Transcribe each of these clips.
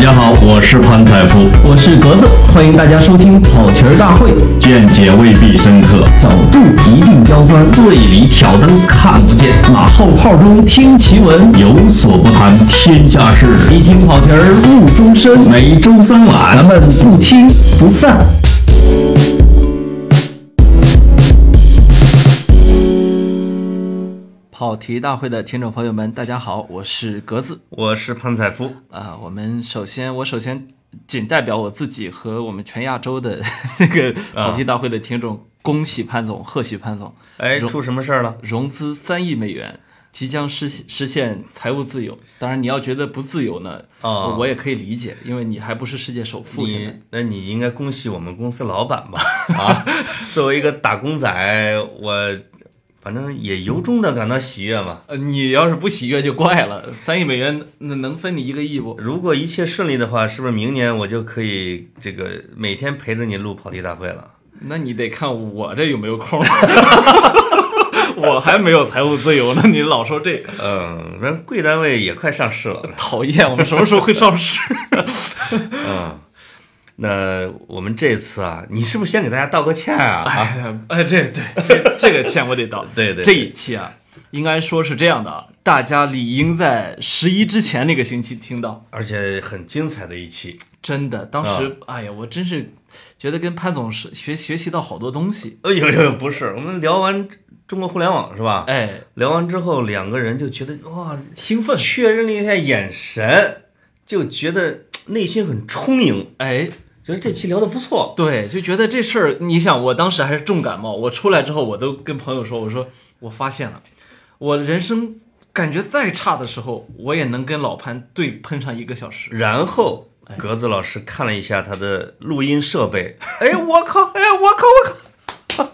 家好，我是潘采夫，我是格子，欢迎大家收听跑题儿大会，见解未必深刻，角度一定刁钻，醉里挑灯看不见，马后炮中听奇闻，有所不谈天下事，一听跑题儿误终身。每周三晚咱们不听不散。跑题大会的听众朋友们，大家好，我是格子我是潘采夫，啊、我们首先，我首先仅代表我自己和我们全亚洲的 这个跑题大会的听众，恭喜潘总，贺喜潘总，哎，融出什么事儿了？融资三亿美元，即将实实现财务自由。当然，你要觉得不自由呢，哦我也可以理解，因为你还不是世界首富。现在你那你应该恭喜我们公司老板 吧？啊，作为一个打工仔，我反正也由衷的感到喜悦嘛。呃，你要是不喜悦就怪了，三亿美元那能分你一个亿不？如果一切顺利的话，是不是明年我就可以这个每天陪着你录跑题大会了？那你得看我这有没有空。 我还没有财务自由呢，你老说这个。嗯，人贵单位也快上市了。讨厌，我们什么时候会上市？ 嗯，那我们这次啊，你是不是先给大家道个歉啊？啊，。哎，哎这对这这个欠我得道对对对这一期啊，应该说是这样的啊，大家理应在十一之前那个星期听到。而且很精彩的一期。真的，当时、啊哎呀，我真是觉得跟潘总是学学习到好多东西。哎呦呦，不是，我们聊完中国互联网是吧？哎，聊完之后，两个人就觉得哇，兴奋，确认了一下眼神，就觉得呃内心很充盈，哎，觉得这期聊得不错。对，就觉得这事儿，你想，我当时还是重感冒，我出来之后，我都跟朋友说，我说我发现了，我人生感觉再差的时候，我也能跟老潘对喷上一个小时。然后格子老师看了一下他的录音 设备，哎，我靠，哎，我靠，我靠，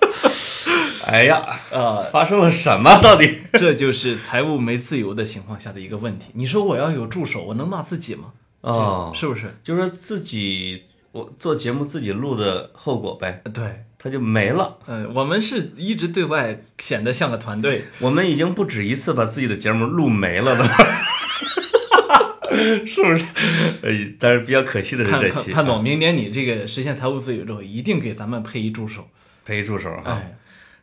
哎呀，呃，发生了什么？到底？这就是财务没自由的情况下的一个问题。你说我要有助手，我能骂自己吗？嗯哦，是不是？就是说自己我做节目自己录的后果呗，对，他就没了。嗯，我们是一直对外显得像个团队，我们已经不止一次把自己的节目录没了的， 是不是？呃，但是比较可惜的是潘这潘期潘总，明年你这个实现财务自由之后，一定给咱们配一助手。陪助手哈，哎，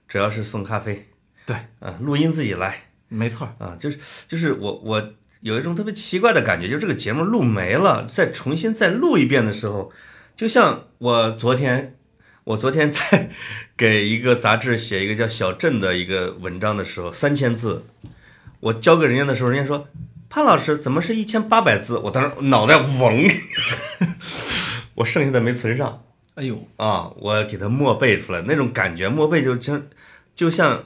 主要是送咖啡，对，啊，录音自己来没错儿，啊，就是就是我我有一种特别奇怪的感觉，就这个节目录没了，再重新再录一遍的时候，就像我昨天我昨天在给一个杂志写一个叫《小镇》的一个文章的时候，三千字，我交给人家的时候，人家说潘老师怎么是一千八百字？我当时脑袋嗡， 我剩下的没存上。哎呦，啊，我给它默背出来，那种感觉，默背就像就像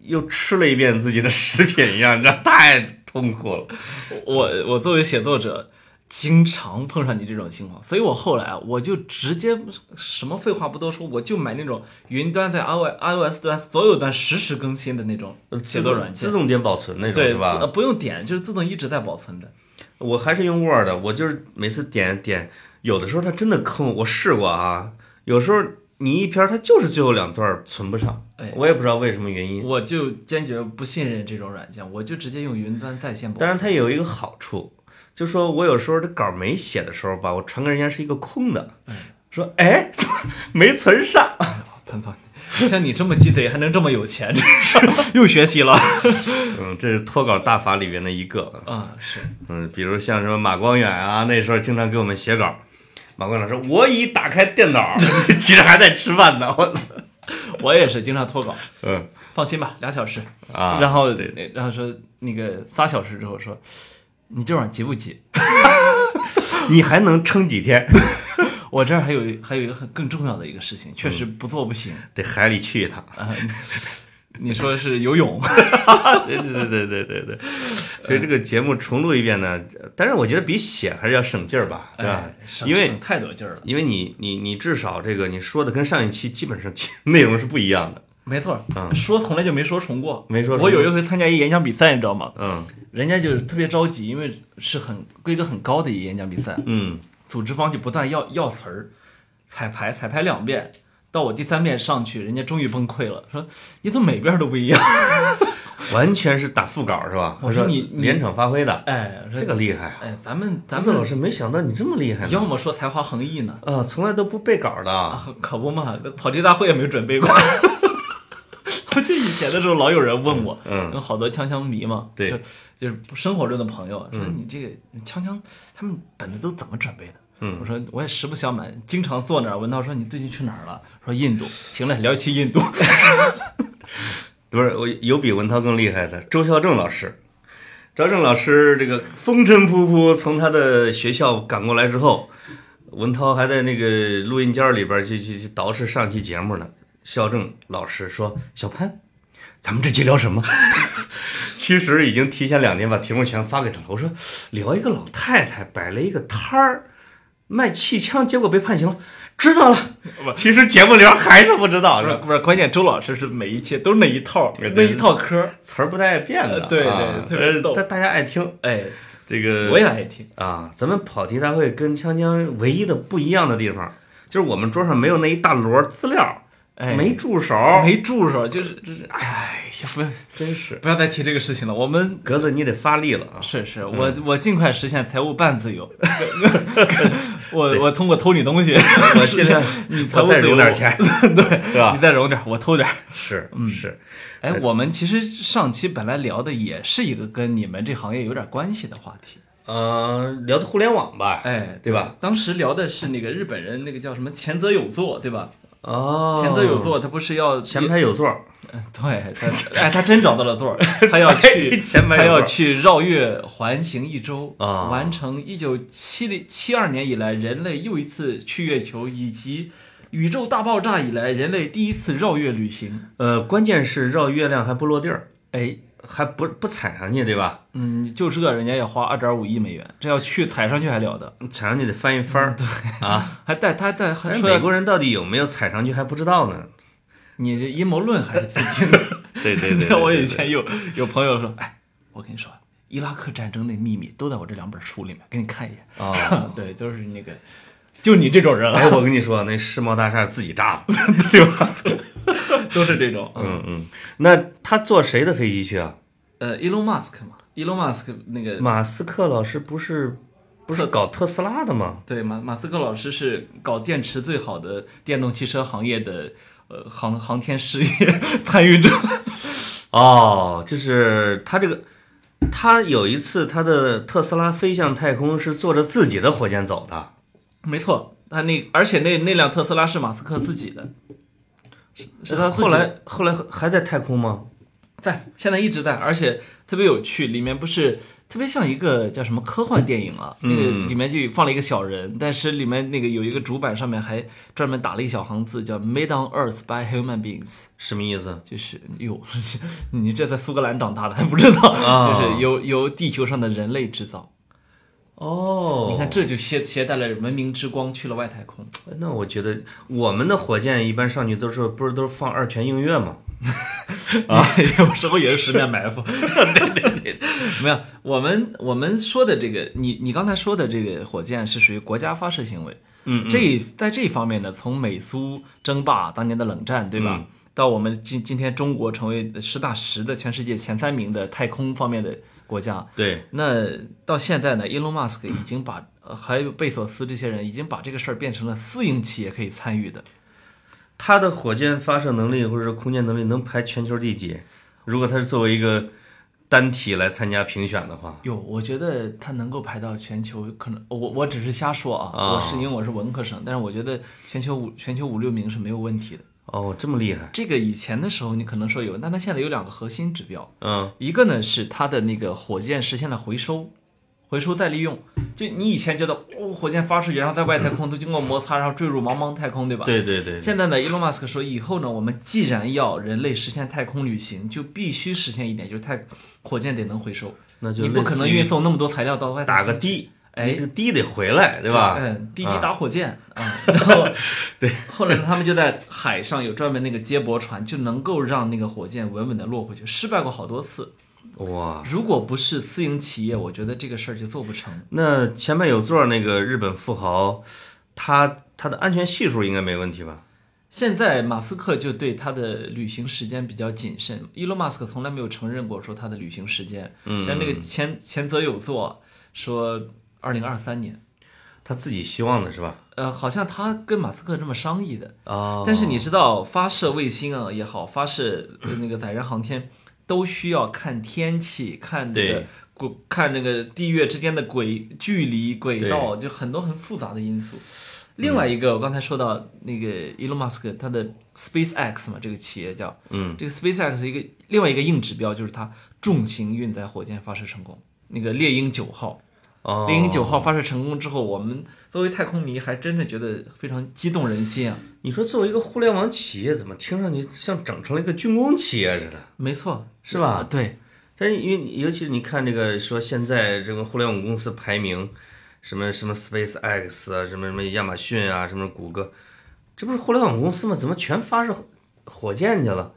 又吃了一遍自己的食品一样，你知道， 太痛苦了。我我作为写作者。经常碰上你这种情况，所以我后来啊，我就直接什么废话不多说，我就买那种云端在 i o iOS 端所有端实时更新的那种写作软件，自动点保存那种对是自呃吧？不用点，就是自动一直在保存的。我还是用 Word，的我就是每次点点，有的时候它真的坑，我试过啊，有时候你一篇它就是最后两段儿存不上哎，我也不知道为什么原因。我就坚决不信任这种软件，我就直接用云端在线保存。但是它有一个好处，就说我有时候这稿没写的时候吧，我传给人家是一个空的，说哎没存上。潘总， 像你这么鸡贼还能这么有钱，真是 又学习了嗯，这是脱稿大法里边的一个。啊！是嗯，比如像什么马光远啊，那时候经常给我们写稿。马光远说：“我已打开电脑， 其实还在吃饭呢。” 我，我也是经常脱稿，嗯放心吧，俩小时。啊，然后对，然后说那个仨小时之后说，你这玩意儿急不急？你还能撑几天？我这儿还有一还有一个很更重要的一个事情，确实嗯不做不行得海里去一趟。 啊。 你说是游泳？啊对对对对对对对。所以这个节目重录一遍呢，但是我觉得比写还是要省劲儿吧，对 吧哎？省因为省太多劲儿了。因为你你你至少这个你说的跟上一期基本上 内容是不一样的。没错，嗯说从来就没说重过，没说重我有一回参加一演讲比赛，你知道吗？嗯人家就是特别着急，因为是很规格很高的一演讲比赛，嗯，组织方就不断要要词儿，彩排彩排两遍，到我第三遍上去，人家终于崩溃了，说你怎么每遍都不一样？完全是打副稿是吧？我说你或者你临场发挥的， 哎，我说这个厉害啊。哎，咱们咱子老们师没想到你这么厉害呢，要么说才华横溢呢，啊，从来都不背稿的，啊，可不嘛，跑题大会也没准备过。 我记得以前的时候，老有人问我，嗯有好多锵锵迷嘛，对就就是生活中的朋友，啊说你这个锵锵他们本子都怎么准备的？嗯我说我也实不相瞒，经常坐那儿，文涛说你最近去哪儿了？说印度，行了，聊一期 印度。不是我有比文涛更厉害的，周孝正老师。周孝正老师这个风尘仆仆从他的学校赶过来之后，文涛还在那个录音间里边去去去捯饬上期节目呢。孝正老师说：“小潘，咱们这期聊什么？” 其实已经提前两天把题目全发给他了。我说聊一个老太太摆了一个摊儿，卖气枪，结果被判刑了。知道了不，其实节目里边还是不知道，不是是吧不是，关键周老师是每一期都是那一套哎对那一套嗑儿，词儿不太爱变的，呃对对啊特别逗但大家爱听。哎，这个我也爱听。啊，咱们跑题大会跟锵锵唯一的不一样的地方，就是我们桌上没有那一大摞资料，哎，没助手，没助手，就是就是，哎呀，不真是不要再提这个事情了，我们嗯格子，你得发力了啊！是是，我我尽快实现财务半自 由。我我通过偷你东 西，我现在你财 我务再自由 融点钱，对，嗯是吧你再融点，我偷 点。是是，哎，我们其实上期本来聊的也是一个跟你们这行业有点关系的话题，呃，聊的互联网吧，哎，对吧？？当时聊的是那个日本人那个叫什么前泽有作，对吧？哦，前泽有，作，他不是要前排有座，对，他哎，他真找到了座儿，他要去， 前排有他要座去绕月环行一周，啊完成一九七零七二年以来人类又一次去月球，以及宇宙大爆炸以来人类第一次绕月旅行。呃，关键是绕月亮还不落地儿，哎，还不不踩上去，对吧？嗯，就这人家也花二点五亿美元，这要去踩上去还了得？踩上去得翻一翻儿嗯啊！还带他带还但是说哎美要国人到底有没有踩上去还不知道呢。你这阴谋论还是 自己的。对对你知 道我以前有有朋友说，哎，我跟你说，伊拉克战争的秘密都在我这两本书里面，给你看一眼。啊，对，就是那个，就你这种人哎，啊，我跟你说，那世贸大厦自己炸的，对吧？ 都是这种。嗯嗯，那他坐谁的飞机去啊？呃，Elon Musk 嘛，Elon Musk 那个马斯克老师不是不是搞特斯拉的吗？对马马斯克老师是搞电池最好的电动汽车行业的呃航航天事业参与者。 哦，就是他这个，他有一次他的特斯拉飞向太空是坐着自己的火箭走的。没错，他那而且那那辆特斯拉是马斯克自己的，是是他自己后来后来还在太空吗？在，现在一直在，而且特别有趣，里面不是特别像一个叫什么科幻电影啊，那个里面就放了一个小人，但是里面那个有一个主板上面还专门打了一小行字，叫 “Made on Earth by Human Beings”，什么意思？就是哟， 你这在苏格兰长大的还不知道，啊就是由由地球上的人类制造。哦，你看，这就携携带了文明之光去了外太空。那我觉得我们的火箭一般上去都是不是都是放二泉映月吗？啊，有时 候也是十面埋 伏。对对对，没有，我们我们说的这个，你你刚才说的这个火箭是属于国家发射行为。嗯这在这一方面呢，从美苏争霸当年的冷战，对吧？到我们今今天中国成为十大十的全世界前三名的太空方面的国家，对，那到现在呢，Elon Musk 已经把、呃还有贝索斯这些人已经把这个事儿变成了私营企业可以参与的。它的火箭发射能力或者说空间能力能排全球第几？如果它是作为一个单体来参加评选的话，哟，我觉得他能够排到全球，可能我我只是瞎说啊，啊我是因为我是文科生，但是我觉得全球五全球五六名是没有问题的。哦，这么厉害，这个以前的时候你可能说有，但它现在有两个核心指标，嗯，一个呢是它的那个火箭实现了回收，回收再利用。就你以前觉得哦，火箭发出去，然后在外太空都经过摩擦，然后坠入茫茫太空，对吧？对对对，现在呢，伊隆马斯克说，以后呢，我们既然要人类实现太空旅行，就必须实现一点，就是太火箭得能回收，那就你不可能类似于运送那么多材料到外太打空个的，哎这个的得回来，对吧？嗯，滴滴啊打火 箭啊，然后对，后来呢，他们就在海上有专门那个接驳船，就能够让那个火箭稳稳的落回去，失败过好多次。哇，如果不是私营企业，我觉得这个事儿就做不成。那前面有座那个日本富豪，他他的安全系数应该没问题吧？现在马斯克就对他的旅行时间比较谨慎。伊隆马斯克从来没有承认过说他的旅行时间，嗯，但那个前前则有作说二零二三年，他自己希望的是吧？呃，好像他跟马斯克这么商议的。哦但是你知道，发射卫星啊也好，发射呃那个载人航天，都需要看天气，看这个对轨，看这个地月之间的轨距离、轨道，就很多很复杂的因素。另外一个，我刚才说到那个 Elon Musk 他的 SpaceX 嘛，这个企业叫，嗯，这个 SpaceX 一个另外一个硬指标就是它重型运载火箭发射成功，那个猎鹰九号，哦，猎鹰九号发射成功之后，我们作为太空迷还真的觉得非常激动人心啊。你说作为一个互联网企业，怎么听上去像整成了一个军工企业似的？没错，是吧啊对，但因为尤其是你看这个说现在这个互联网公司排名，什么什么 SpaceX 啊，什么什么亚马逊啊，什么谷歌，这不是互联网公司吗？怎么全发射火箭去了？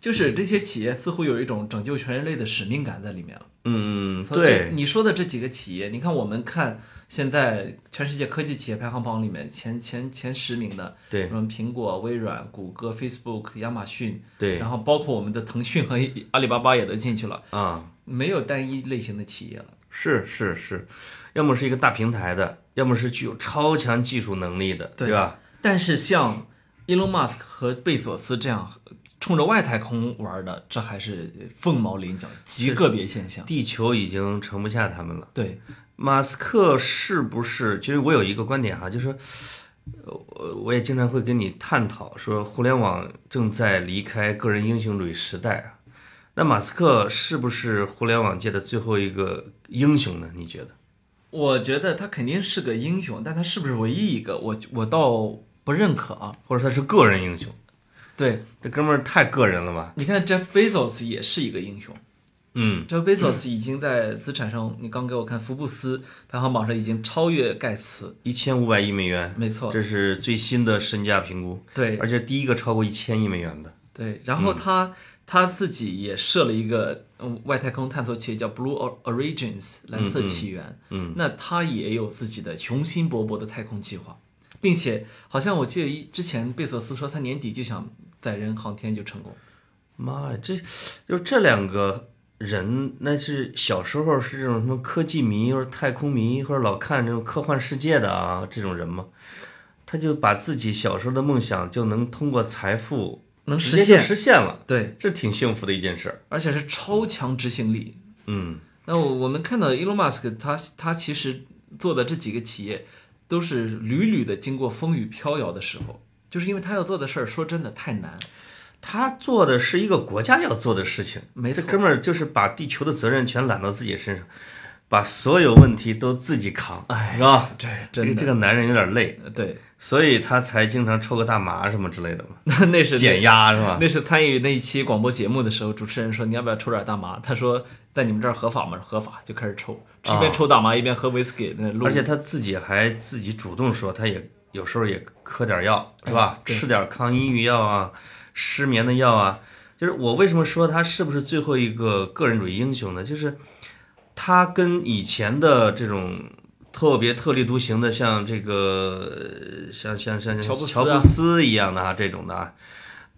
就是这些企业似乎有一种拯救全人类的使命感在里面了。嗯，所以这对，你说的这几个企业，你看我们看现在全世界科技企业排行榜里面前前前十名的，对什么苹果、微软、谷歌、Facebook、亚马逊，对然后包括我们的腾讯和阿里巴巴也都进去了，啊、没有单一类型的企业了。是是是，要么是一个大平台的，要么是具有超强技术能力的，对吧？但是像 Elon Musk 和贝索斯这样冲着外太空玩的，这还是凤毛麟角，极个别现象。地球已经盛不下他们了。对，马斯克是不是？其实我有一个观点哈、就是，呃，我也经常会跟你探讨说，互联网正在离开个人英雄主义时代啊。那马斯克是不是互联网界的最后一个英雄呢？你觉得？我觉得他肯定是个英雄，但他是不是唯一一个，我我倒不认可啊。或者他是个人英雄？对，这哥们儿太个人了吧？你看 Jeff Bezos 也是一个英雄嗯， ，Jeff Bezos 已经在资产上，你刚给我看福布斯排行榜上已经超越盖茨，一千五百亿美元，没错这是最新的身价评估。对而且第一个超过一千亿美元的。对，然嗯后他、他自己也设了一个嗯外太空探索企业叫 Blue Origins 蓝色起源，嗯那他也有自己的雄心勃勃的太空计划，并且好像我记得一之前贝索斯说他年底就想载人航天就成功，妈呀，这就这两个人，那是小时候是这种什么科技迷或者太空迷，或者老看这种科幻世界的啊这种人吗？他就把自己小时候的梦想就能通过财富能直实接就现，实现了，对，这挺幸福的一件事儿。而且是超强执行力，嗯，那我我们看到 Elon Musk 他他其实做的这几个企业，都是屡屡的经过风雨飘摇的时候，就是因为他要做的事儿，说真的太难。他做的是一个国家要做的事情，没错这哥们儿就是把地球的责任全揽到自己身上，把所有问题都自己扛，哎，是吧？这这真个的这个男人有点累，对，所以他才经常抽个大麻什么之类的嘛， 那那是减压是吧？那是参与那一期广播节目的时候，主持人说你要不要抽点大麻？他说在你们这儿合法吗？合法，就开始抽，一边抽大麻一边喝 whisky，那录而且他自己还自己主动说，他也有时候也喝点药，哎是吧？吃点抗抑郁药啊，失眠的药啊。就是我为什么说他是不是最后一个个人主义英雄呢？就是他跟以前的这种特别特立独行的，像这个呃像像像乔像布斯啊乔布斯一样的啊，这种的啊，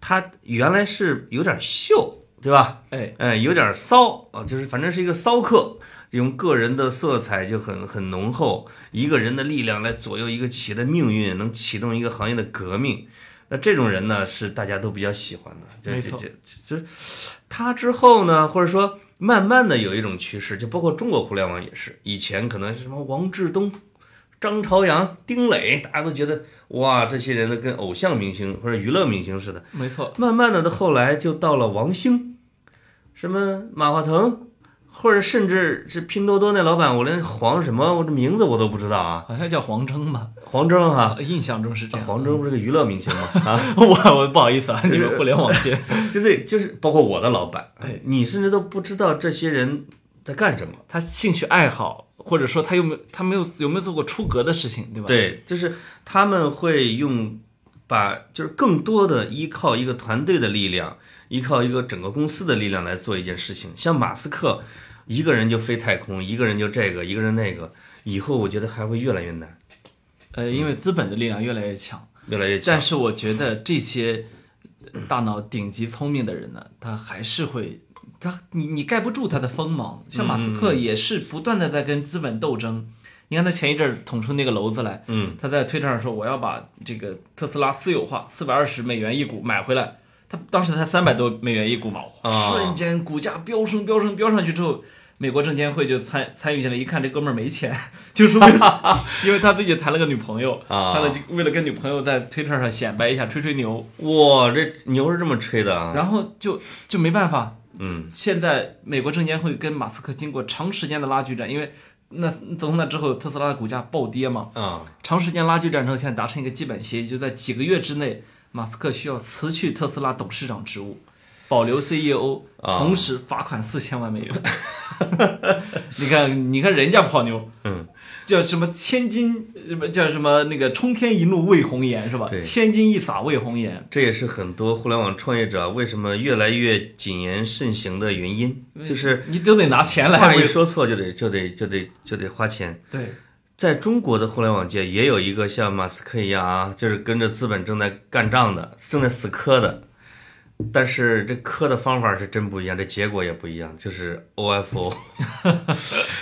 他原来是有点秀，对吧？哎，哎，有点骚啊，就是反正是一个骚客，用个人的色彩就很很浓厚，一个人的力量来左右一个企业的命运，能启动一个行业的革命。那这种人呢，是大家都比较喜欢的。这没这错这，就是他之后呢，或者说慢慢的有一种趋势，就包括中国互联网也是，以前可能是什么王志东、张朝阳、丁磊，大家都觉得哇，这些人都跟偶像明星或者娱乐明星似的。没错，慢慢的，到后来就到了王兴，什么马化腾，或者甚至是拼多多那老板，我连黄什么我这名字我都不知道啊，好像叫黄峥吧，啊黄峥哈、印象中是这样。黄峥不是个娱乐明星吗？ 啊， 我我不好意思啊，你们互联网界。就是就是包括我的老板哎，你甚至都不知道这些人在干什么。他兴趣爱好，或者说他有没有他没有有没有做过出格的事情，对吧？，对，就是他们会用把就是更多的依靠一个团队的力量，依靠一个整个公司的力量来做一件事情。像马斯克一个人就飞太空，一个人就这个，一个人那个，以后我觉得还会越来越难。呃，因为资本的力量越来越强，越来越强但。是我觉得这些呃大脑顶级聪明的人呢，他还是会，他你你盖不住他的锋芒。像马斯克也是不断的在跟资本斗争。你看他前一阵儿捅出那个篓子来，嗯，他在推特上说我要把这个特斯拉私有化，四百二十美元一股买回来。他当时才三百多美元一股嘛，啊瞬间股价飙升飙升飙上去之后，美国证监会就参参与进来，一看这哥们儿没钱， 就是为了， 因为他自己谈了个女朋友，啊他了就为了跟女朋友在推特上显摆一下，吹吹牛，哇，这牛是这么吹的啊！然后就就没办法，嗯，现在美国证监会跟马斯克经过长时间的拉锯战，因为那从那之后特斯拉的股价暴跌嘛，啊，长时间拉锯战之后，现在达成一个基本协议，就在几个月之内，马斯克需要辞去特斯拉董事长职务，保留 CEO，啊同时罚款四千万美元。 你看，你看人家泡妞，嗯，叫什么千金，呃不叫什么那个冲天一怒为红颜是吧对？千金一撒为红颜，这也是很多互联网创业者为什么越来越谨言慎行的原因，就是你都得拿钱话嗯来一为。说错就得就得就得就得花钱。对，在中国的互联网界，也有一个像马斯克一样啊，就是跟着资本正在干仗的，正在死磕的。但是这磕的方法是真不一样，这结果也不一样，就是 OFO。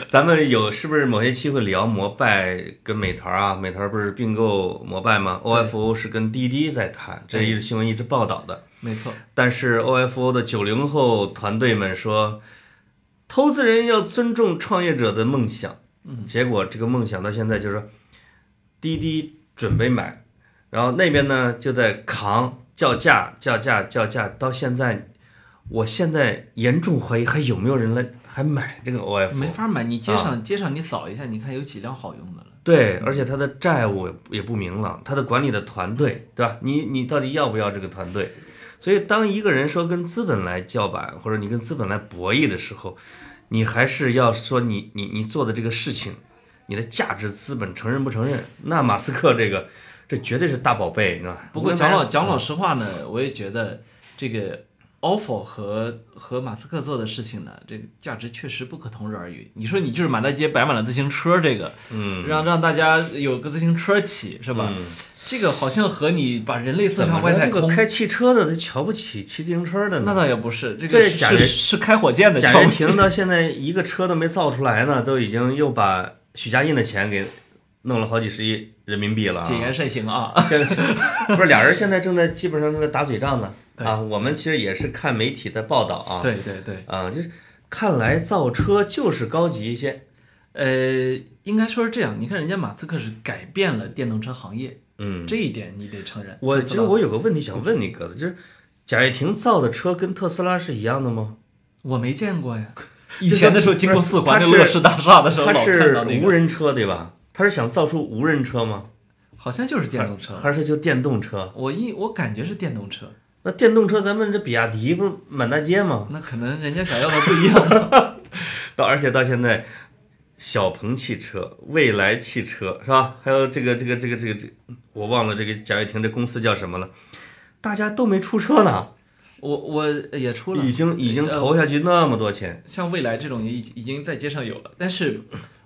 咱们有是不是某些期会聊摩拜跟美团啊？美团不是并购摩拜吗？OFO 是跟滴滴在谈，这一直新闻一直报道的。没错，但是 OFO 的九零后团队们说，投资人要尊重创业者的梦想。结果这个梦想到现在就是说，滴滴准备买，然后那边呢就在扛叫价、叫价、叫价，到现在，我现在严重怀疑还有没有人来还买这个 OFO。没法买。你街啊上街上你扫一下，你看有几辆好用的了。对，而且他的债务也不明朗，他的管理的团嗯队，对吧？你你到底要不要这个团队？所以，当一个人说跟资本来叫板，或者你跟资本来博弈的时候，你还是要说你你你做的这个事情，你的价值资本承认不承认？那马斯克这个，这绝对是大宝贝，你知道吧？不过你看讲老他讲老实话呢，我也觉得这个 offer 和和马斯克做的事情呢，这个价值确实不可同日而语。你说你就是满大街摆满了自行车，这个，嗯，让让大家有个自行车骑是吧？这个好像和你把人类送怎么上外着太那个空，开汽车的他瞧不起骑自行车的呢？那倒也不是，这这个贾是跃是开火箭的，贾瞧跃不起亭到现在一个车都没造出来呢，都已经又把许家印的钱给弄了好几十亿人民币了、啊。谨 言慎行啊。现在不是俩人现在正在基本上正在打嘴仗呢 对啊！我们其实也是看媒体的报道啊，对对对，啊，就是看来造车就是高级一些，呃，应该说是这样。你看人家马斯克是改变了电动车行业，嗯，这一点你得承认。我特其斯实拉我有个问题想问你鸽子，就是贾跃亭造的车跟特斯拉是一样的吗？我没见过呀。 以就前他的时候经过四环不的是他乐是视大厦的时候，他老看是到那无个，嗯人车对吧？他是想造出无人车吗？好像就是电动车。还是就电动车？我一我感觉是电动车，那电动车咱们这比亚迪不是满大街吗？那可能人家想要的不一样。 到而且到现在，小鹏汽车、蔚来汽车是吧？还有这个这个这个这个这个，我忘了这个贾跃亭这公司叫什么了，大家都没出车呢，我我也出了，已经已经投下去那么多钱，像蔚来这种也已已经在街上有了，但是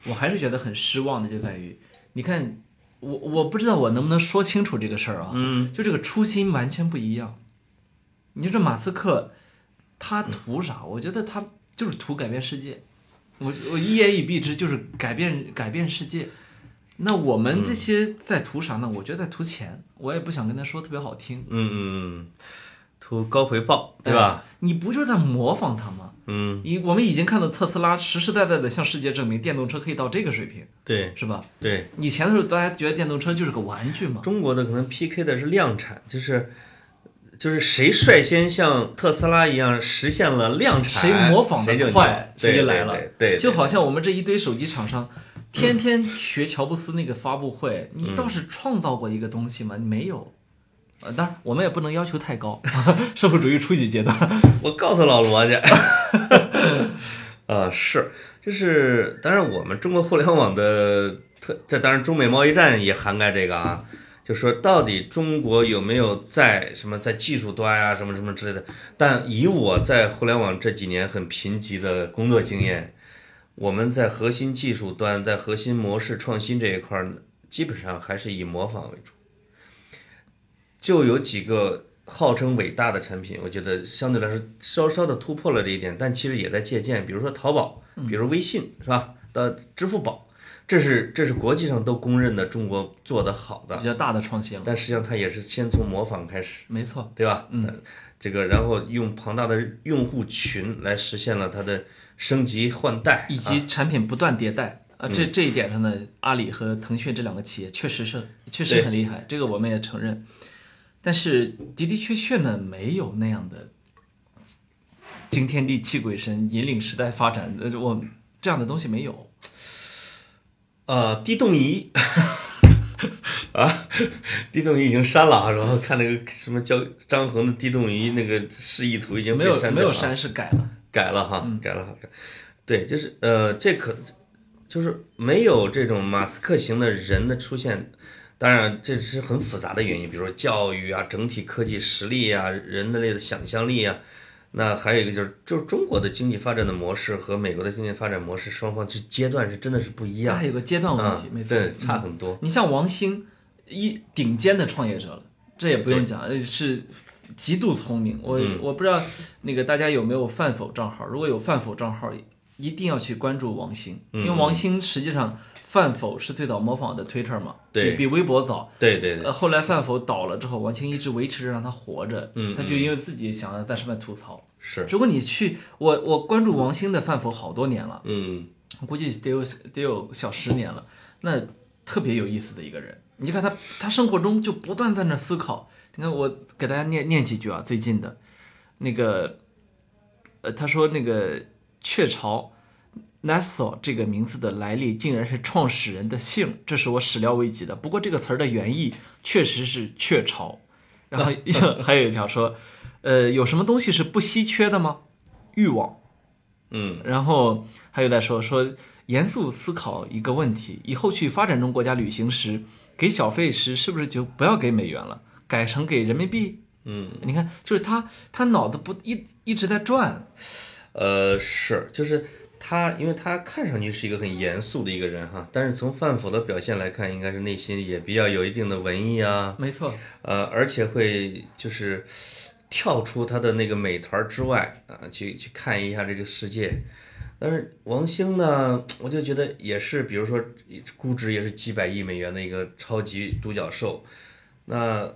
我还是觉得很失望的就在于，你看我我不知道我能不能说清楚这个事儿啊，嗯，就这个初心完全不一样。你说这马斯克他图啥？我觉得他就是图改变世界。我我一言以蔽之就是改变改变世界。那我们这些在图啥呢？我觉得在图钱，我也不想跟他说特别好听，嗯嗯嗯，图高回报对吧？哎？你不就是在模仿他吗？嗯，你我们已经看到特斯拉实实在在的向世界证明电动车可以到这个水平，对是吧？对，以前的时候大家觉得电动车就是个玩具嘛，中国的可能 PK 的是量产，就是。就是谁率先像特斯拉一样实现了量产，谁模仿谁就的快，对谁就来对了。对对，对就好像我们这一堆手机厂商，天天学乔布斯那个发布会，嗯你倒是创造过一个东西吗？你没有。呃，当然，我们也不能要求太高， 社会主义初级阶段。我告诉老罗去。啊，是，就是，当然我们中国互联网的特，这当然中美贸易战也涵盖这个啊，就说到底中国有没有在什么在技术端啊，什么什么之类的。但以我在互联网这几年很贫瘠的工作经验，我们在核心技术端，在核心模式创新这一块儿呢，基本上还是以模仿为主。就有几个号称伟大的产品，我觉得相对来说稍稍的突破了这一点，但其实也在借鉴，比如说淘宝，比如微信，是吧？到支付宝，这是这是国际上都公认的中国做得好比的，较大的创新了。但实际上它也是先从模仿开始，没错，对吧？嗯，这个然后用庞大的用户群来实现了它的升级换代，以啊嗯及产品不断迭代啊，这这一点上呢，阿里和腾讯这两个企业确实是确实对很厉害，这个我们也承认。但是的的确确呢，没有那样的惊天地泣鬼神、引领时代发展，呃，我这样的东西没有。呃，地动仪啊，地动仪已经删了啊。然后看那个什么叫张恒的地动仪那个示意图已经没被有删没掉有了啊，删是改了，改了嗯哈，改了哈。改对，就是呃，这可就是没有这种马斯克型的人的出现。当然，这是很复杂的原因，比如说教育啊、整体科技实力啊、人的类的想象力啊。那还有一个就是，就是中国的经济发展的模式和美国的经济发展模式，双方这阶段是真的是不一样它。有个阶段问题，嗯没错，对，差嗯很多。你像王兴，一顶尖的创业者了，这也不用对讲，呃是极度聪明。我、嗯我不知道那个大家有没有饭否账号，如果有饭否账号，一定要去关注王兴，嗯因为王兴实际上饭否是最早模仿的 Twitter 嘛，对比比微博早。对对对呃，，后来饭否倒了之后，王兴一直维持着让他活着，嗯他就因为自己想要在上面吐槽。是，如果你去，我我关注王兴的饭否好多年了，嗯，我估计得有得有小十年了。那特别有意思的一个人，你就看他，他生活中就不断在那思考。你看，我给大家念念几句啊，最近的，那个，呃，他说那个雀巢 Nestle 这个名字的来历竟然是创始人的姓，这是我始料未及的。不过这个词儿的原意确实是雀巢。然后还有一 条说，呃，有什么东西是不稀缺的吗？欲望。嗯，然后还有在说说严肃思考一个问题：以后去发展中国家旅行时，给小费时是不是就不要给美元了，改成给人民币？嗯，你看，就是他他脑子不一一直在转，呃，是，就是他，因为他看上去是一个很严肃的一个人哈，但是从范否的表现来看，应该是内心也比较有一定的文艺啊，没错，呃，而且会就是跳出他的那个美团之外啊，去去看一下这个世界。但是王兴呢，我就觉得也是，比如说估值也是几百亿美元的一个超级独角兽。那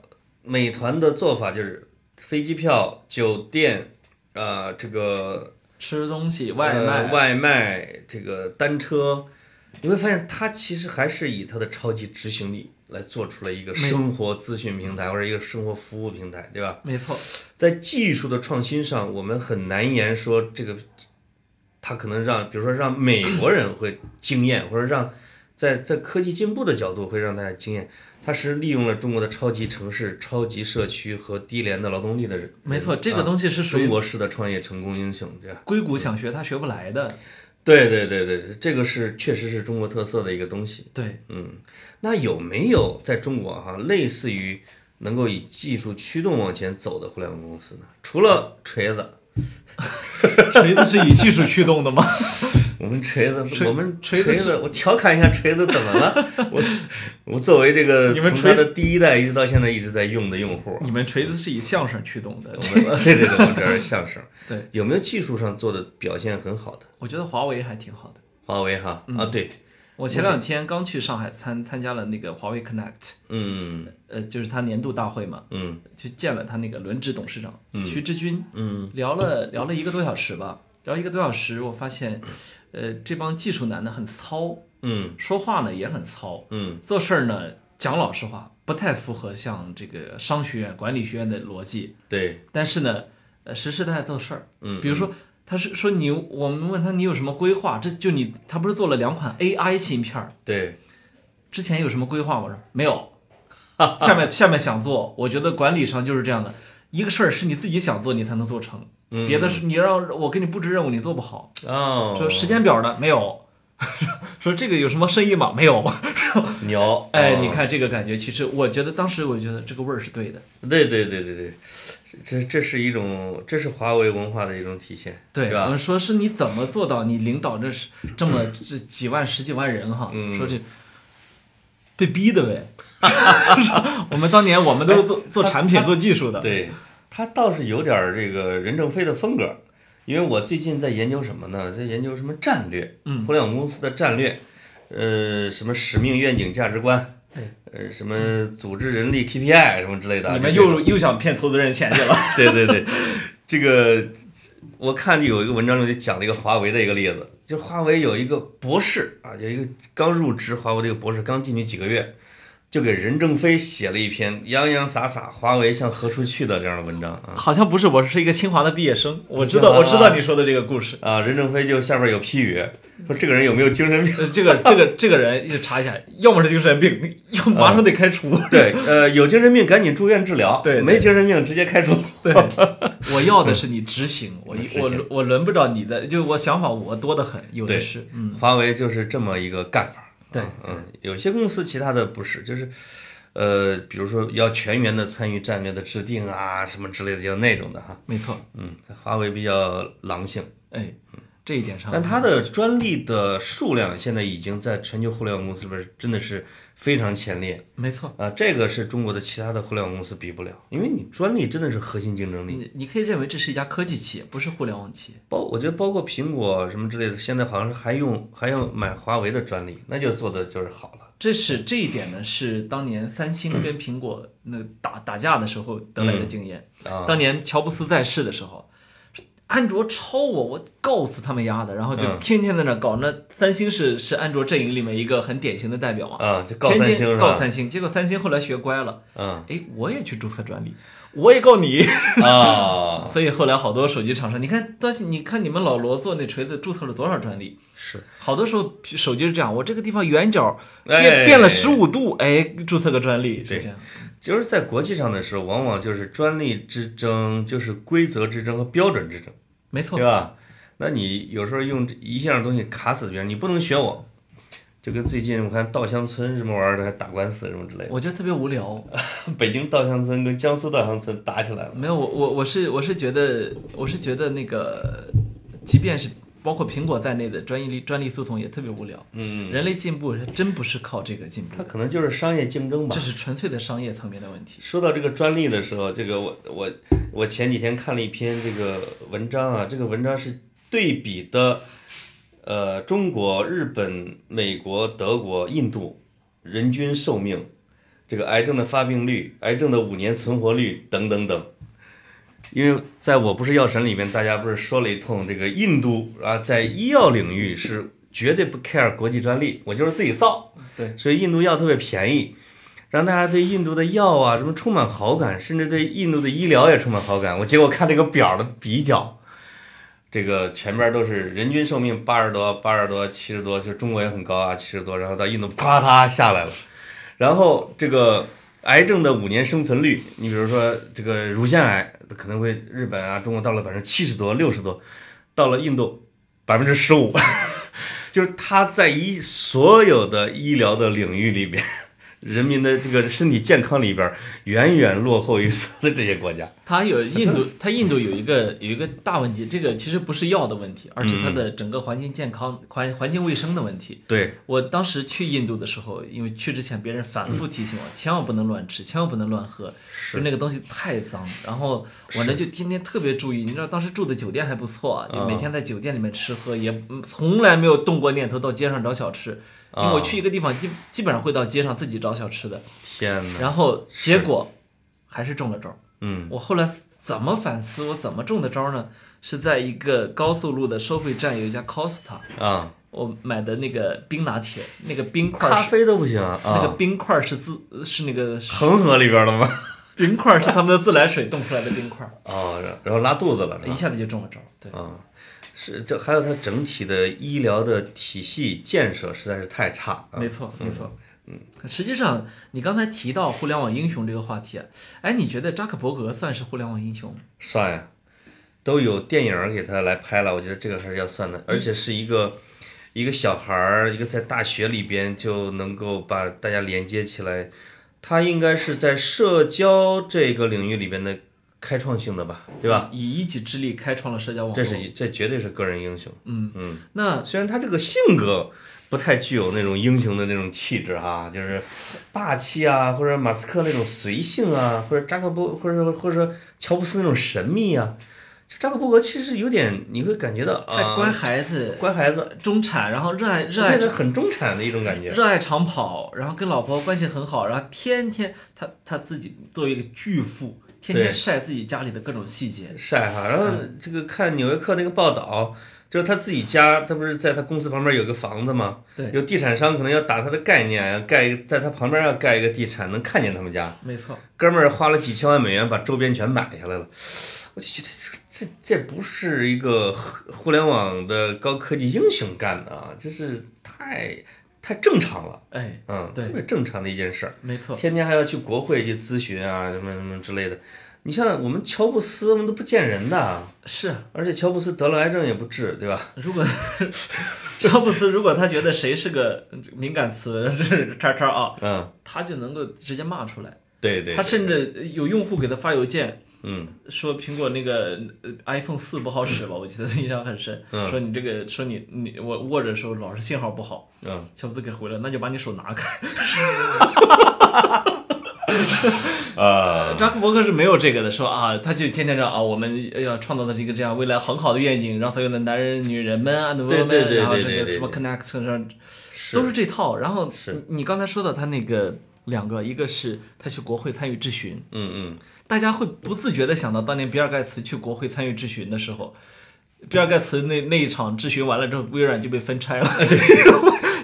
美团的做法就是飞机票、酒店，呃，这个吃东西嗯外卖、呃外卖这个单车，你会发现它其实还是以它的超级执行力来做出了一个生活资讯平台或者一个生活服务平台，对吧？没错，在技术的创新上，我们很难言说这个，它可能让比如说让美国人会惊艳，或者让在在科技进步的角度会让大家惊艳。它是利用了中国的超级城市、超级社区和低廉的劳动力的人，没错这个啊东西是属于中国式的创业成功英雄，对吧？硅谷想学他学不来的，对对对对，这个是确实是中国特色的一个东西。对，嗯，那有没有在中国哈、类似于能够以技术驱动往前走的互联网公司呢？除了锤子， 锤子是以技术驱动的吗？我们锤子，锤我们锤子锤是子，我调侃一下锤子怎 么了？我我作为这个你们从锤它的第一代一直到现在一直在用的用户 啊， 你们锤子是以相声驱动的，我们 对对对，我们这是相声。对，有没有技术上做的表现很好的？我觉得华为还挺好的。华为哈、嗯啊，对，我前两天刚去上海参参加了那个华为 Connect，嗯呃，就是他年度大会嘛，嗯去见了他那个轮值董事长、徐志军，嗯，聊了聊了一个多小时吧，聊一个多小时，我发现，呃，这帮技术男呢很糙，嗯说话呢也很糙，嗯做事儿呢讲老实话，不太符合像这个商学院、管理学院的逻辑，对，但是呢，呃，实实在在做事儿，嗯比如说。他是说你，我们问他你有什么规划？这就你，他不是做了两款 AI 芯片儿，对，之前有什么规划吗？我说没 有。下面下面想做，我觉得管理上就是这样的，一个事儿是你自己想做，你才能做成，嗯别的是你让我给你布置任务，你做不好。哦，说时间表呢没有， 说这个有什么深意吗？没有。哦牛，哎，哦你，看这个感觉，其实我觉得当时我觉得这个味儿是对的，对对对对对，这这是一种，这是华为文化的一种体现，对是我吧们？说是你怎么做到你领导这是这么这几万十几万人哈，嗯说这被逼的呗。 我们当年我们都是做做产 品、做技术的，对他倒是有点儿这个任正非的风格，因为我最近在研究什么呢？在研究什么战略，嗯互联网公司的战略，呃，什么使命、愿景、价值观，呃，什么组织人力 KPI 什么之类的啊，你们就这又种又想骗投资人钱去了。 对对对，这个我看有一个文章中就讲了一个华为的一个例子，就华为有一个博士啊，有一个刚入职华为的一个博士，刚进去几个月，就给任正非写了一篇洋洋洒洒华为向何处去的这样的文章 啊好像不是，我是一个清华的毕业生，我知清道，华我知道你啊说的这个故事。啊，任正非就下边有批 语，说这个人有没有精神病？呃，这个这个这个人就查一下，要么是精神病，要么马上得开除。 对，呃，有精神病赶紧住院治疗，对对没精神病直接开除。对，嗯我要的是你执行，我执行我我轮不着你的，就我想法我多得很，有的对是。嗯，华为就是这么一个干法。对啊，嗯，有些公司其他的不是，就是，呃，比如说要全员的参与战略的制定啊，什么之类的，就那种的哈。没错。嗯，华为比较狼性，哎，这一点上，但它的专利的数量现在已经在全球互联网公司里边真的是非常前列没错。啊、这个是中国的其他的互联网公司比不了，因为你专利真的是核心竞争力。你你可以认为这是一家科技企业，不是互联网企业。包我觉得包括苹果什么之类的，现在好像是还用还要买华为的专利，那就做的就是好了。这是这一点呢，是当年三星跟苹果那打打架的时候得来的经验。啊当年乔布斯在世的时候，安卓超我，我告死他们丫的，然后就嗯天天在那搞。那三星是是安卓阵营里面一个很典型的代表嘛，啊，就告天三天星是吧？告三星，结果三星后来学乖了，嗯哎，我也去注册专利，我也告你。啊， 所以后来好多手机厂商，你看，但是你看你们老罗做那锤子注册了多少专利？是好多时候手机是这样，我这个地方圆角变、哎变了十五度，哎，注册个专利是对这样。就是在国际上的时候，往往就是专利之争，就是规则之争和标准之争，没错对，吧？那你有时候用一样东西卡死别人，你不能学我，就跟最近我看稻香村什么玩意儿的还打官司什么之类的， 我觉得特别无聊。北京稻香村跟江苏稻香村打起来了，没有，我我我是我是觉得我是觉得那个，即便是包括苹果在内的专利专利诉讼也特别无聊。嗯，人类进步还真不是靠这个进步它， 可能就是商业竞争吧这。是纯粹的商业层面的问题。说到这个专利的时候，这个我我我前几天看了一篇这个文章啊，这个文章是对比的，呃，中国、日本、美国、德国、印度人均寿命，这个癌症的发病率、癌症的五年存活率等等等。因为在我不是药神里面，大家不是说了一通这个印度啊，在医药领域是绝对不 care 国际专利，我就是自己造，对，所以印度药特别便宜，让大家对印度的药啊什么充满好感，甚至对印度的医疗也充满好感。我结果看了一个表儿的比较，这个前边都是人均寿命八十多、八十多、七十多，就是中国也很高啊，七十多，然后到印度啪嗒下来了，然后这个。癌症的五年生存率，你比如说这个乳腺癌可能会日本啊、中国到了百分之七十多、六十多，到了印度百分之十五，就是它在医所有的医疗的领域里边， 人民的这个身体健康里边，远远落后于所有的这些国家。它有印度，它印度有一个有一个大问题，这个其实不是药的问题，而是它的整个环境健康、环环境卫生的问题。对，我当时去印度的时候，因为去之前别人反复提醒我，千万不能乱吃，千万不能乱喝，就那个东西太脏。然后我呢就天天特别注意，你知道当时住的酒店还不错啊，就每天在酒店里面吃喝，也嗯从来没有动过念头到街上找小吃，因为我去一个地方基基本上会到街上自己找小吃的，天哪！然后结果还是中了招儿。嗯，我后来怎么反思，我怎么中的招呢？是在一个高速路的收费站有一家 Costa，啊，我买的那个冰拿铁，那个冰块咖是、啡都不行啊，那个冰块是自是那个恒河里边了吗？冰块是他们的自来水冻出来的冰块， 哦，然后拉肚子了 是一吧？下子就中了招。对，啊，哎是这还有它整体的医疗的体系建设实在是太差。啊没错没错。嗯，实际上你刚才提到互联网英雄这个话题啊，哎，你觉得扎克伯格算是互联网英雄吗？算呀，都有电影儿给他来拍了，我觉得这个还是要算的，而且是一个一个小孩儿，一个在大学里边就能够把大家连接起来，他应该是在社交这个领域里边的开创性的吧，对吧？以一己之力开创了社交网络。这是一这绝对是个人英雄，嗯嗯，那虽然他这个性格不太具有那种英雄的那种气质哈、就是霸气啊，或者马斯克那种随性啊，或者扎克伯，或者或者乔布斯那种神秘啊。就扎克伯格其实有点，你会感觉到啊，太乖孩子，乖孩子，中产，然后热爱热爱变得很中产的一种感觉。热爱长跑，然后跟老婆关系很好，然后天天他他自己作为一个巨富，天对天晒自己家里的各种细节，晒哈，然后嗯这个看《纽约客》那个报道，就是他自己家，他不是在他公司旁边有个房子吗？对有地产商可能要打他的概念，要盖一个在他旁边要盖一个地产，能看见他们家。没错，哥们儿花了几千万美元把周边全买下来了，我就觉得这这这不是一个互互联网的高科技英雄干的啊，就是太太正常了，哎，嗯，对特别正常的一件事儿。没错，天天还要去国会去咨询啊，什么什么之类的。你像我们乔布斯，我们都不见人的，是啊。而且乔布斯得了癌症也不治，对吧？如果 乔布斯如果他觉得谁是个敏感词，这是叉叉啊，嗯，他就能够直接骂出来。对对，他甚至有用户给他发邮件嗯，说苹果那个呃 iPhone 四不好使吧，我记得印象很深嗯。说你这个说你你我握着的时候老是信号不好，嗯，乔布斯给回了，那就把你手拿开。啊，扎克伯格是没有这个的，说啊，他就天天说啊，我们要创造的是一个这样未来很好的愿景，让所有的男人、女人们啊，对对对对然后这对个对什么对 connect 上是都是这套。然后是你你刚才说到他那个两个，一个是他去国会参与质询，嗯嗯，大家会不自觉的想到当年比尔盖茨去国会参与质询的时候，比尔盖茨那那一场质询完了之后，微软就被分拆了，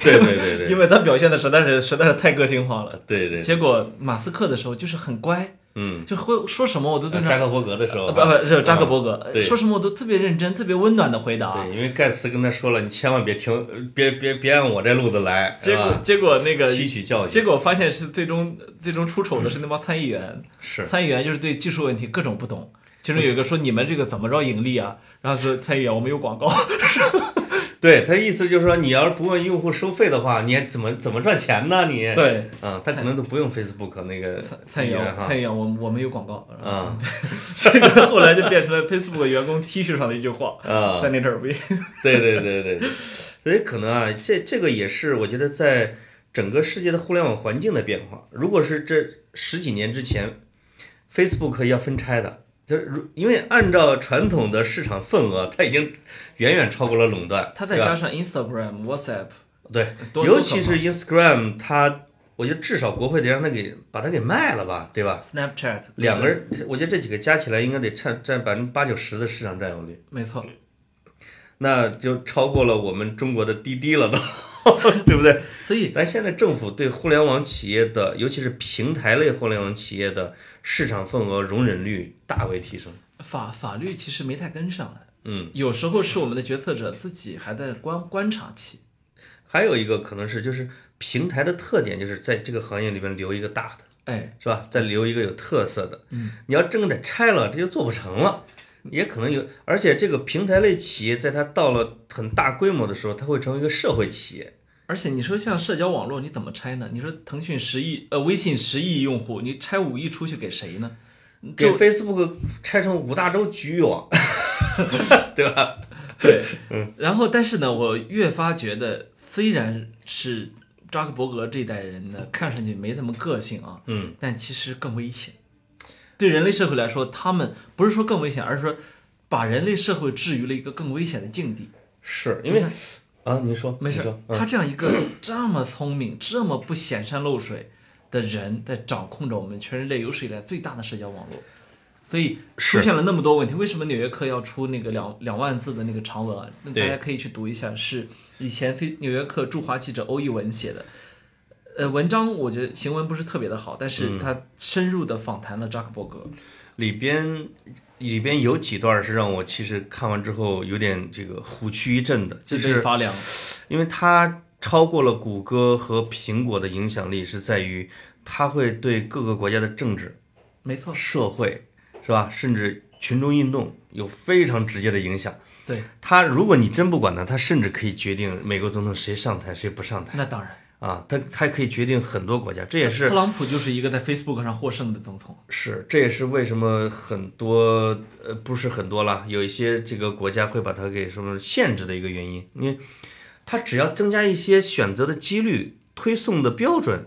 对对对对，因为他表现的实在是实在是太个性化了。对对，结果马斯克的时候就是很乖，嗯，就会说什么我都在那扎克伯格的时候呃啊，不不是扎克伯格，嗯对说什么我都特别认真、特别温暖的回答。啊对，因为盖茨跟他说了，你千万别听，呃别别别按我这路子来，结果啊结果那个吸取教训结果发现是最终最终出丑的是那帮参议员，是参议员就是对技术问题各种不懂。其中有一个说你们这个怎么着盈利啊？然后说参议员我们有广 告，对他意思就是说，你要是不问用户收费的话，你还怎么怎么赚钱呢？你，对，嗯，他可能都不用 Facebook 那个参参议员员哈参，议员我们我们有广告。 啊这个后来就变成了 Facebook 员工 T 恤上的一句话啊， ，Senator We。 对对对对，对，所以可能啊，这这个也是我觉得在整个世界的互联网环境的变化。如果是这十几年之前，Facebook 要分拆的，就是如因为按照传统的市场份额，它已经远远超过了垄断。他再对吧加上 Instagram、WhatsApp，对，多尤其多是 Instagram，它我觉得至少国会得让它给把它给卖了吧，对吧？啊 Snapchat 两个，人，我觉得这几个加起来应该得占占百分之八九十的市场占有率。没错，那就超过了我们中国的滴滴了，都， 对不对？所以但现在政府对互联网企业的，尤其是平台类互联网企业的市场份额容忍率大为提升。法法律其实没太跟上啊来。嗯，有时候是我们的决策者自己还在观观察期，还有一个可能是，就是平台的特点就是在这个行业里面留一个大的，哎，是吧？再留一个有特色的。嗯，你要真给它拆了，这就做不成了。也可能有，而且这个平台类企业在它到了很大规模的时候，它会成为一个社会企业。而且你说像社交网络你怎么拆呢？你说腾讯十亿呃微信十亿用户，你拆五亿出去给谁呢？给就 Facebook 拆成五大洲局域网，对吧？对， 然后但是呢，我越发觉得虽然是扎克伯格这一代人呢，看上去没什么个性啊，嗯，但其实更危险。对人类社会来说，他们不是说更危险，而是说把人类社会置于了一个更危险的境地。是因为啊，你说嗯没你事说，嗯他这样一个 这么聪明、这么不显山露水的人，在掌控着我们全人类有史以来最大的社交网络，所以出是现了那么多问题。为什么《纽约客》要出那个两两万字的那个长文啊？那对大家可以去读一下，是以前非《纽约客》驻华记者欧一文写的。呃，文章我觉得行文不是特别的好，但嗯是他深入的访谈了扎克伯格。里边里边有几段是让我其实看完之后有点这个虎躯一震的，就脊背是发凉，因为它超过了谷歌和苹果的影响力，是在于它会对各个国家的政治、没错，社会，是吧？甚至群众运动有非常直接的影响。对，它如果你真不管它，它甚至可以决定美国总统谁上台，谁不上台那当然，啊！它它可以决定很多国家，这也是特朗普就是一个在 Facebook 上获胜的总统。是，这也是为什么很多呃不是很多啦，有一些这个国家会把它给什么限制的一个原因，因为它只要增加一些选择的几率、推送的标准，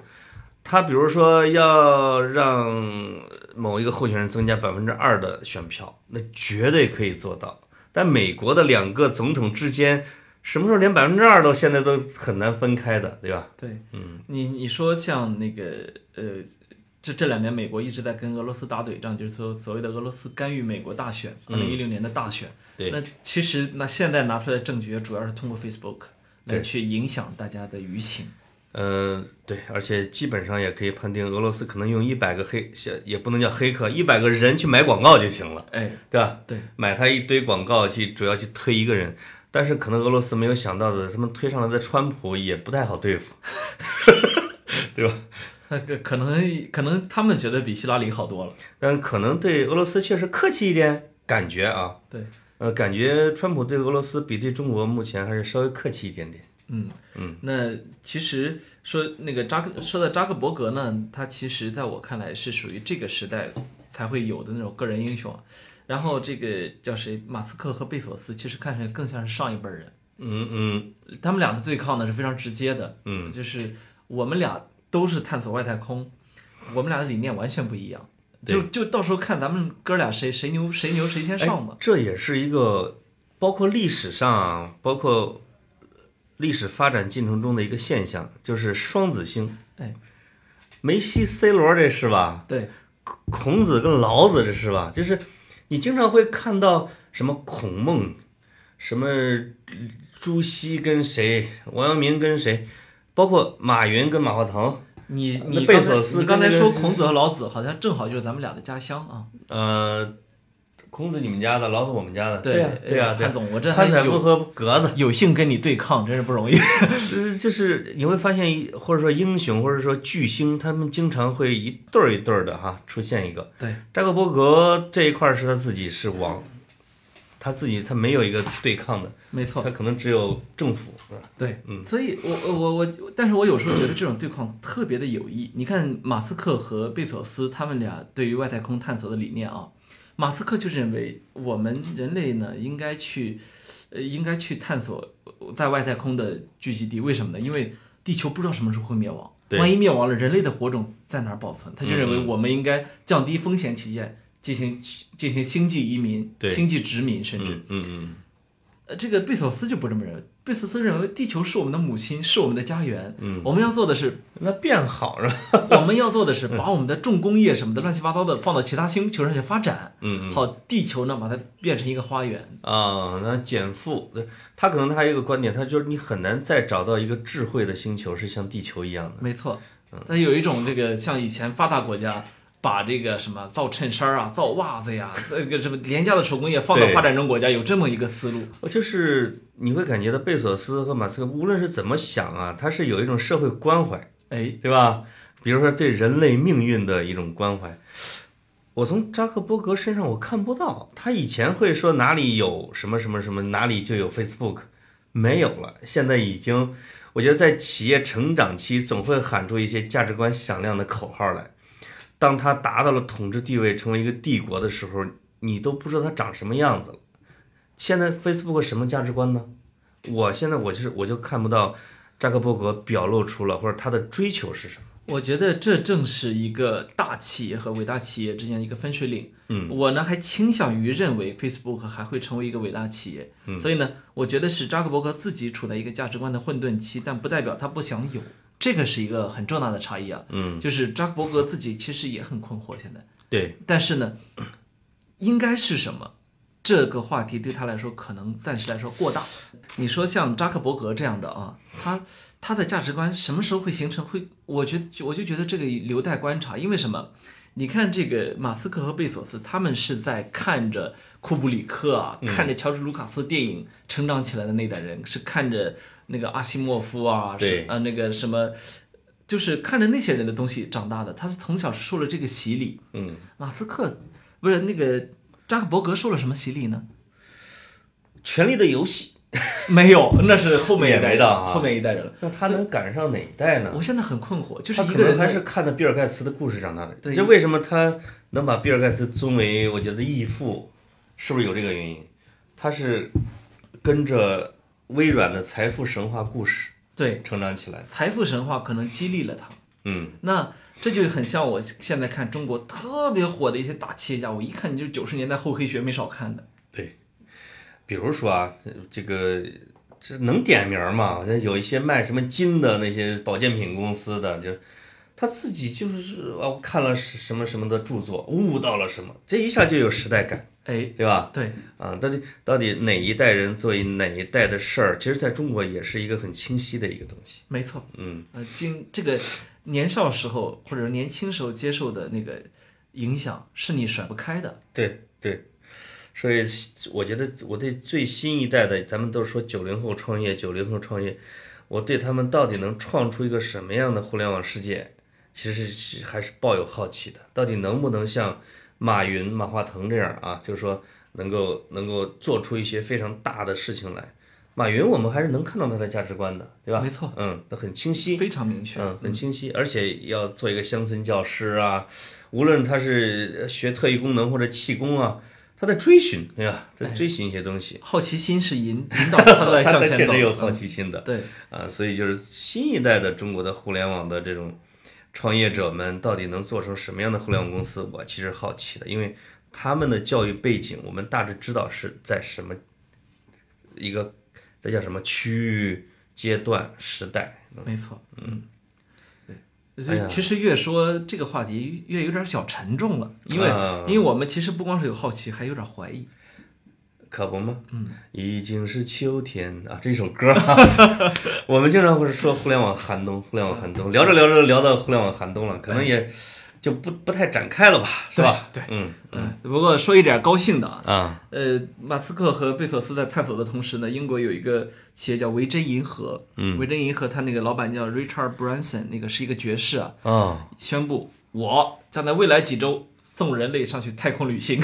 它比如说要让某一个候选人增加百分之二的选票，那绝对可以做到。但美国的两个总统之间，什么时候连百分之二都现在都很难分开的，对吧？对，嗯，你你说像那个呃，这这两年美国一直在跟俄罗斯打嘴仗，就是说所谓的俄罗斯干预美国大选，二零一六年的大选。嗯对那其实那现在拿出来的证据主要是通过 Facebook 来对去影响大家的舆情。嗯，对，而且基本上也可以判定，俄罗斯可能用一百个黑，也不能叫黑客，一百个人去买广告就行了，哎，对吧？对，买他一堆广告去，主要去推一个人。但是可能俄罗斯没有想到的，他们推上来的川普也不太好对付，对吧？那个可能可能他们觉得比希拉里好多了。但可能对俄罗斯确实客气一点，感觉啊，对，呃，感觉川普对俄罗斯比对中国目前还是稍微客气一点点。嗯嗯，那其实说那个扎克说到扎克伯格呢，他其实在我看来是属于这个时代才会有的那种个人英雄啊。然后这个叫谁，马斯克和贝索斯，其实看起来更像是上一辈人。嗯嗯他们俩的对抗呢是非常直接的，嗯，就是我们俩都是探索外太空，我们俩的理念完全不一样，对就就到时候看咱们哥俩谁谁牛谁牛谁先哎上吧。这也是一个包括历史上啊，包括历史发展进程中的一个现象，就是双子星。哎，梅西、C 罗这是吧？对，孔子跟老子这是吧？就是你经常会看到什么孔孟，什么朱熹跟谁，王阳明跟谁，包括马云跟马化腾。你那你贝刚才索斯你刚才跟那说个孔子和老子，好像正好就是咱们俩的家乡啊。呃，孔子你们家的，老子我们家的，对呀、对呀、呃对呀、啊潘总我这还潘采夫有和格子，有幸跟你对抗，真是不容易。呃就是就是你会发现，或者说英雄，或者说巨星，他们经常会一对儿一对儿的哈出现一个。对，扎克伯格这一块儿是他自己是王，他自己他没有一个对抗的，没错他，可能只有政府。是吧对，嗯所以我呃我我我，但是我有时候觉得这种对抗特别的有益。你看马斯克和贝索斯他们俩对于外太空探索的理念啊，马斯克就认为我们人类呢应该去，呃，应该去探索在外太空的聚集地。为什么呢？因为地球不知道什么时候会灭亡，对嗯万一灭亡了，人类的火种在哪儿保存？他就认为我们应该降低风险起见，进行进行星际移民、对星际殖民，甚至。嗯嗯，呃，这个贝索斯就不这么认为。贝索斯认为地球是我们的母亲，是我们的家园。嗯我们要做的是，那变好是吧？我们要做的是把我们的重工业什么的乱七八糟的放到其他星球上去发展。嗯嗯好，地球呢把它变成一个花园。 啊，那减负，对他可能他还有一个观点，他就是你很难再找到一个智慧的星球是像地球一样的。没错，嗯它有一种这个像以前发达国家。把这个什么造衬衫啊、造袜子呀，这个什么廉价的手工业放到对发展中国家，有这么一个思路。我就是你会感觉到贝索斯和马斯克无论是怎么想啊，他是有一种社会关怀，哎，对吧？比如说对人类命运的一种关怀。我从扎克伯格身上我看不到，他以前会说哪里有什么什么什么，哪里就有 Facebook，没有了。现在已经，我觉得在企业成长期总会喊出一些价值观响亮的口号来。当他达到了统治地位，成为一个帝国的时候，你都不知道他长什么样子了。现在 Facebook 什么价值观呢？我现在我就是我就看不到扎克伯格表露出了或者他的追求是什么。我觉得这正是一个大企业和伟大企业之间的一个分水岭。嗯，我呢还倾向于认为 Facebook 还会成为一个伟大企业。嗯，所以呢，我觉得是扎克伯格自己处在一个价值观的混沌期，但不代表他不想有。这个是一个很重大的差异啊。嗯，就是扎克伯格自己其实也很困惑现在，对，但是呢，应该是什么？这个话题对他来说可能暂时来说过大。你说像扎克伯格这样的啊，他他的价值观什么时候会形成？会，我觉得我就觉得这个留待观察，因为什么？你看这个马斯克和贝索斯，他们是在看着库布里克啊，看着乔治卢卡斯电影成长起来的那代人，是看着那个阿西莫夫啊，对是啊那个什么，就是看着那些人的东西长大的。他是从小是受了这个洗礼。嗯，马斯克不是那个扎克伯格受了什么洗礼呢？ 《权力的游戏没有，那是后面一代也没人，到啊后面一代人了》，。那他能赶上哪一代呢我？现在很困惑，就是一他可个人能的还是看的比尔盖茨的故事长大的。对这为什么他能把比尔盖茨尊为我觉得义父，是不是有这个原因？他是跟着微软的财富神话故事对，成长起来。财富神话可能激励了他。嗯，那这就很像我现在看中国特别火的一些大企业家，我一看你就是九十年代厚黑学没少看的。对，比如说啊，这个这能点名吗？这有一些卖什么金的那些保健品公司的，就他自己就是啊，我看了什什么什么的著作，悟到了什么，这一下就有时代感，哎，对吧？对，啊，到底到底哪一代人做哪一代的事儿，其实在中国也是一个很清晰的一个东西。没错。嗯，呃，经这个年少时候或者年轻时候接受的那个影响，是你甩不开的。对对，所以我觉得我对最新一代的，咱们都说九零后创业，九零后创业，我对他们到底能创出一个什么样的互联网世界，其实是还是抱有好奇的，到底能不能像马云、马化腾这样啊，就是说能够能够做出一些非常大的事情来。马云，我们还是能看到他的价值观的，对吧？没错嗯，他很清晰，非常明确，嗯，很清晰，而且要做一个乡村教师啊，无论他是学特异功能或者气功啊，他在追寻，对吧？在追寻一些东西，好奇心是引引导他哎 在向他前确走的。嗯实有好奇心 的，对，啊，所以就是新一代的中国的互联网的这种创业者们，到底能做成什么样的互联网公司，我其实好奇的，因为他们的教育背景，我们大致知道是在什么一个，这叫什么区域、阶段、时代，没错，嗯，对，所哎呀以其实越说这个话题越有点小沉重了，因为、啊因为我们其实不光是有好奇，还有点怀疑。可不吗？嗯，已经是秋天啊，这首歌、啊， 我们经常会说互联网寒冬，互联网寒嗯冬，聊着聊着聊到互联网寒冬了，可能也就不不太展开了吧，是吧？对嗯嗯，不过说一点高兴的啊，啊，呃，马斯克和贝索斯在探索的同时呢，英国有一个企业叫维珍银河，嗯，维珍银河它那个老板叫 Richard Branson，那个是一个爵士啊，哦宣布我将在未来几周送人类上去太空旅行。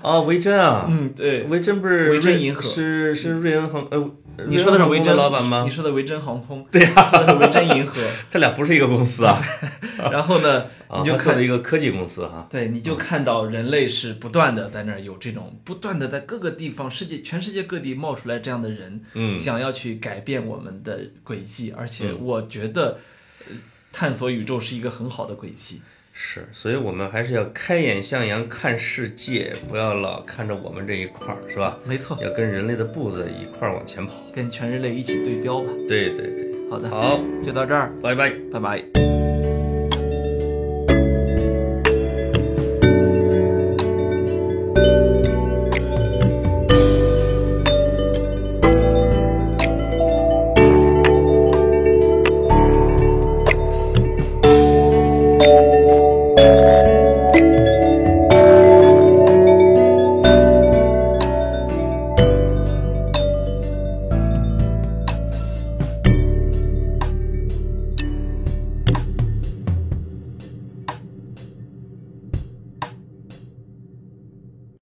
啊，维珍啊，嗯，对，维珍不是维珍瑞银河是是瑞恩航呃，你说的是维瑞恩航空珍老板吗你？说的维珍航空，对呀、说的是维珍银河。他俩不是一个公司啊， 然后呢，啊， 你就他做看的一个嗯科技公司啊哈、对，你就看到人类是不断的在那儿有这种不断的在各个地方、世界全世界各地冒出来这样的人，嗯想要去改变我们的轨迹，而且我觉得、呃探索宇宙是一个很好的轨迹。是，所以我们还是要开眼向阳看世界，不要老看着我们这一块儿，是吧？没错，要跟人类的步子一块儿往前跑。跟全人类一起对标吧。对对对，好的，好，就到这儿，拜拜。拜拜。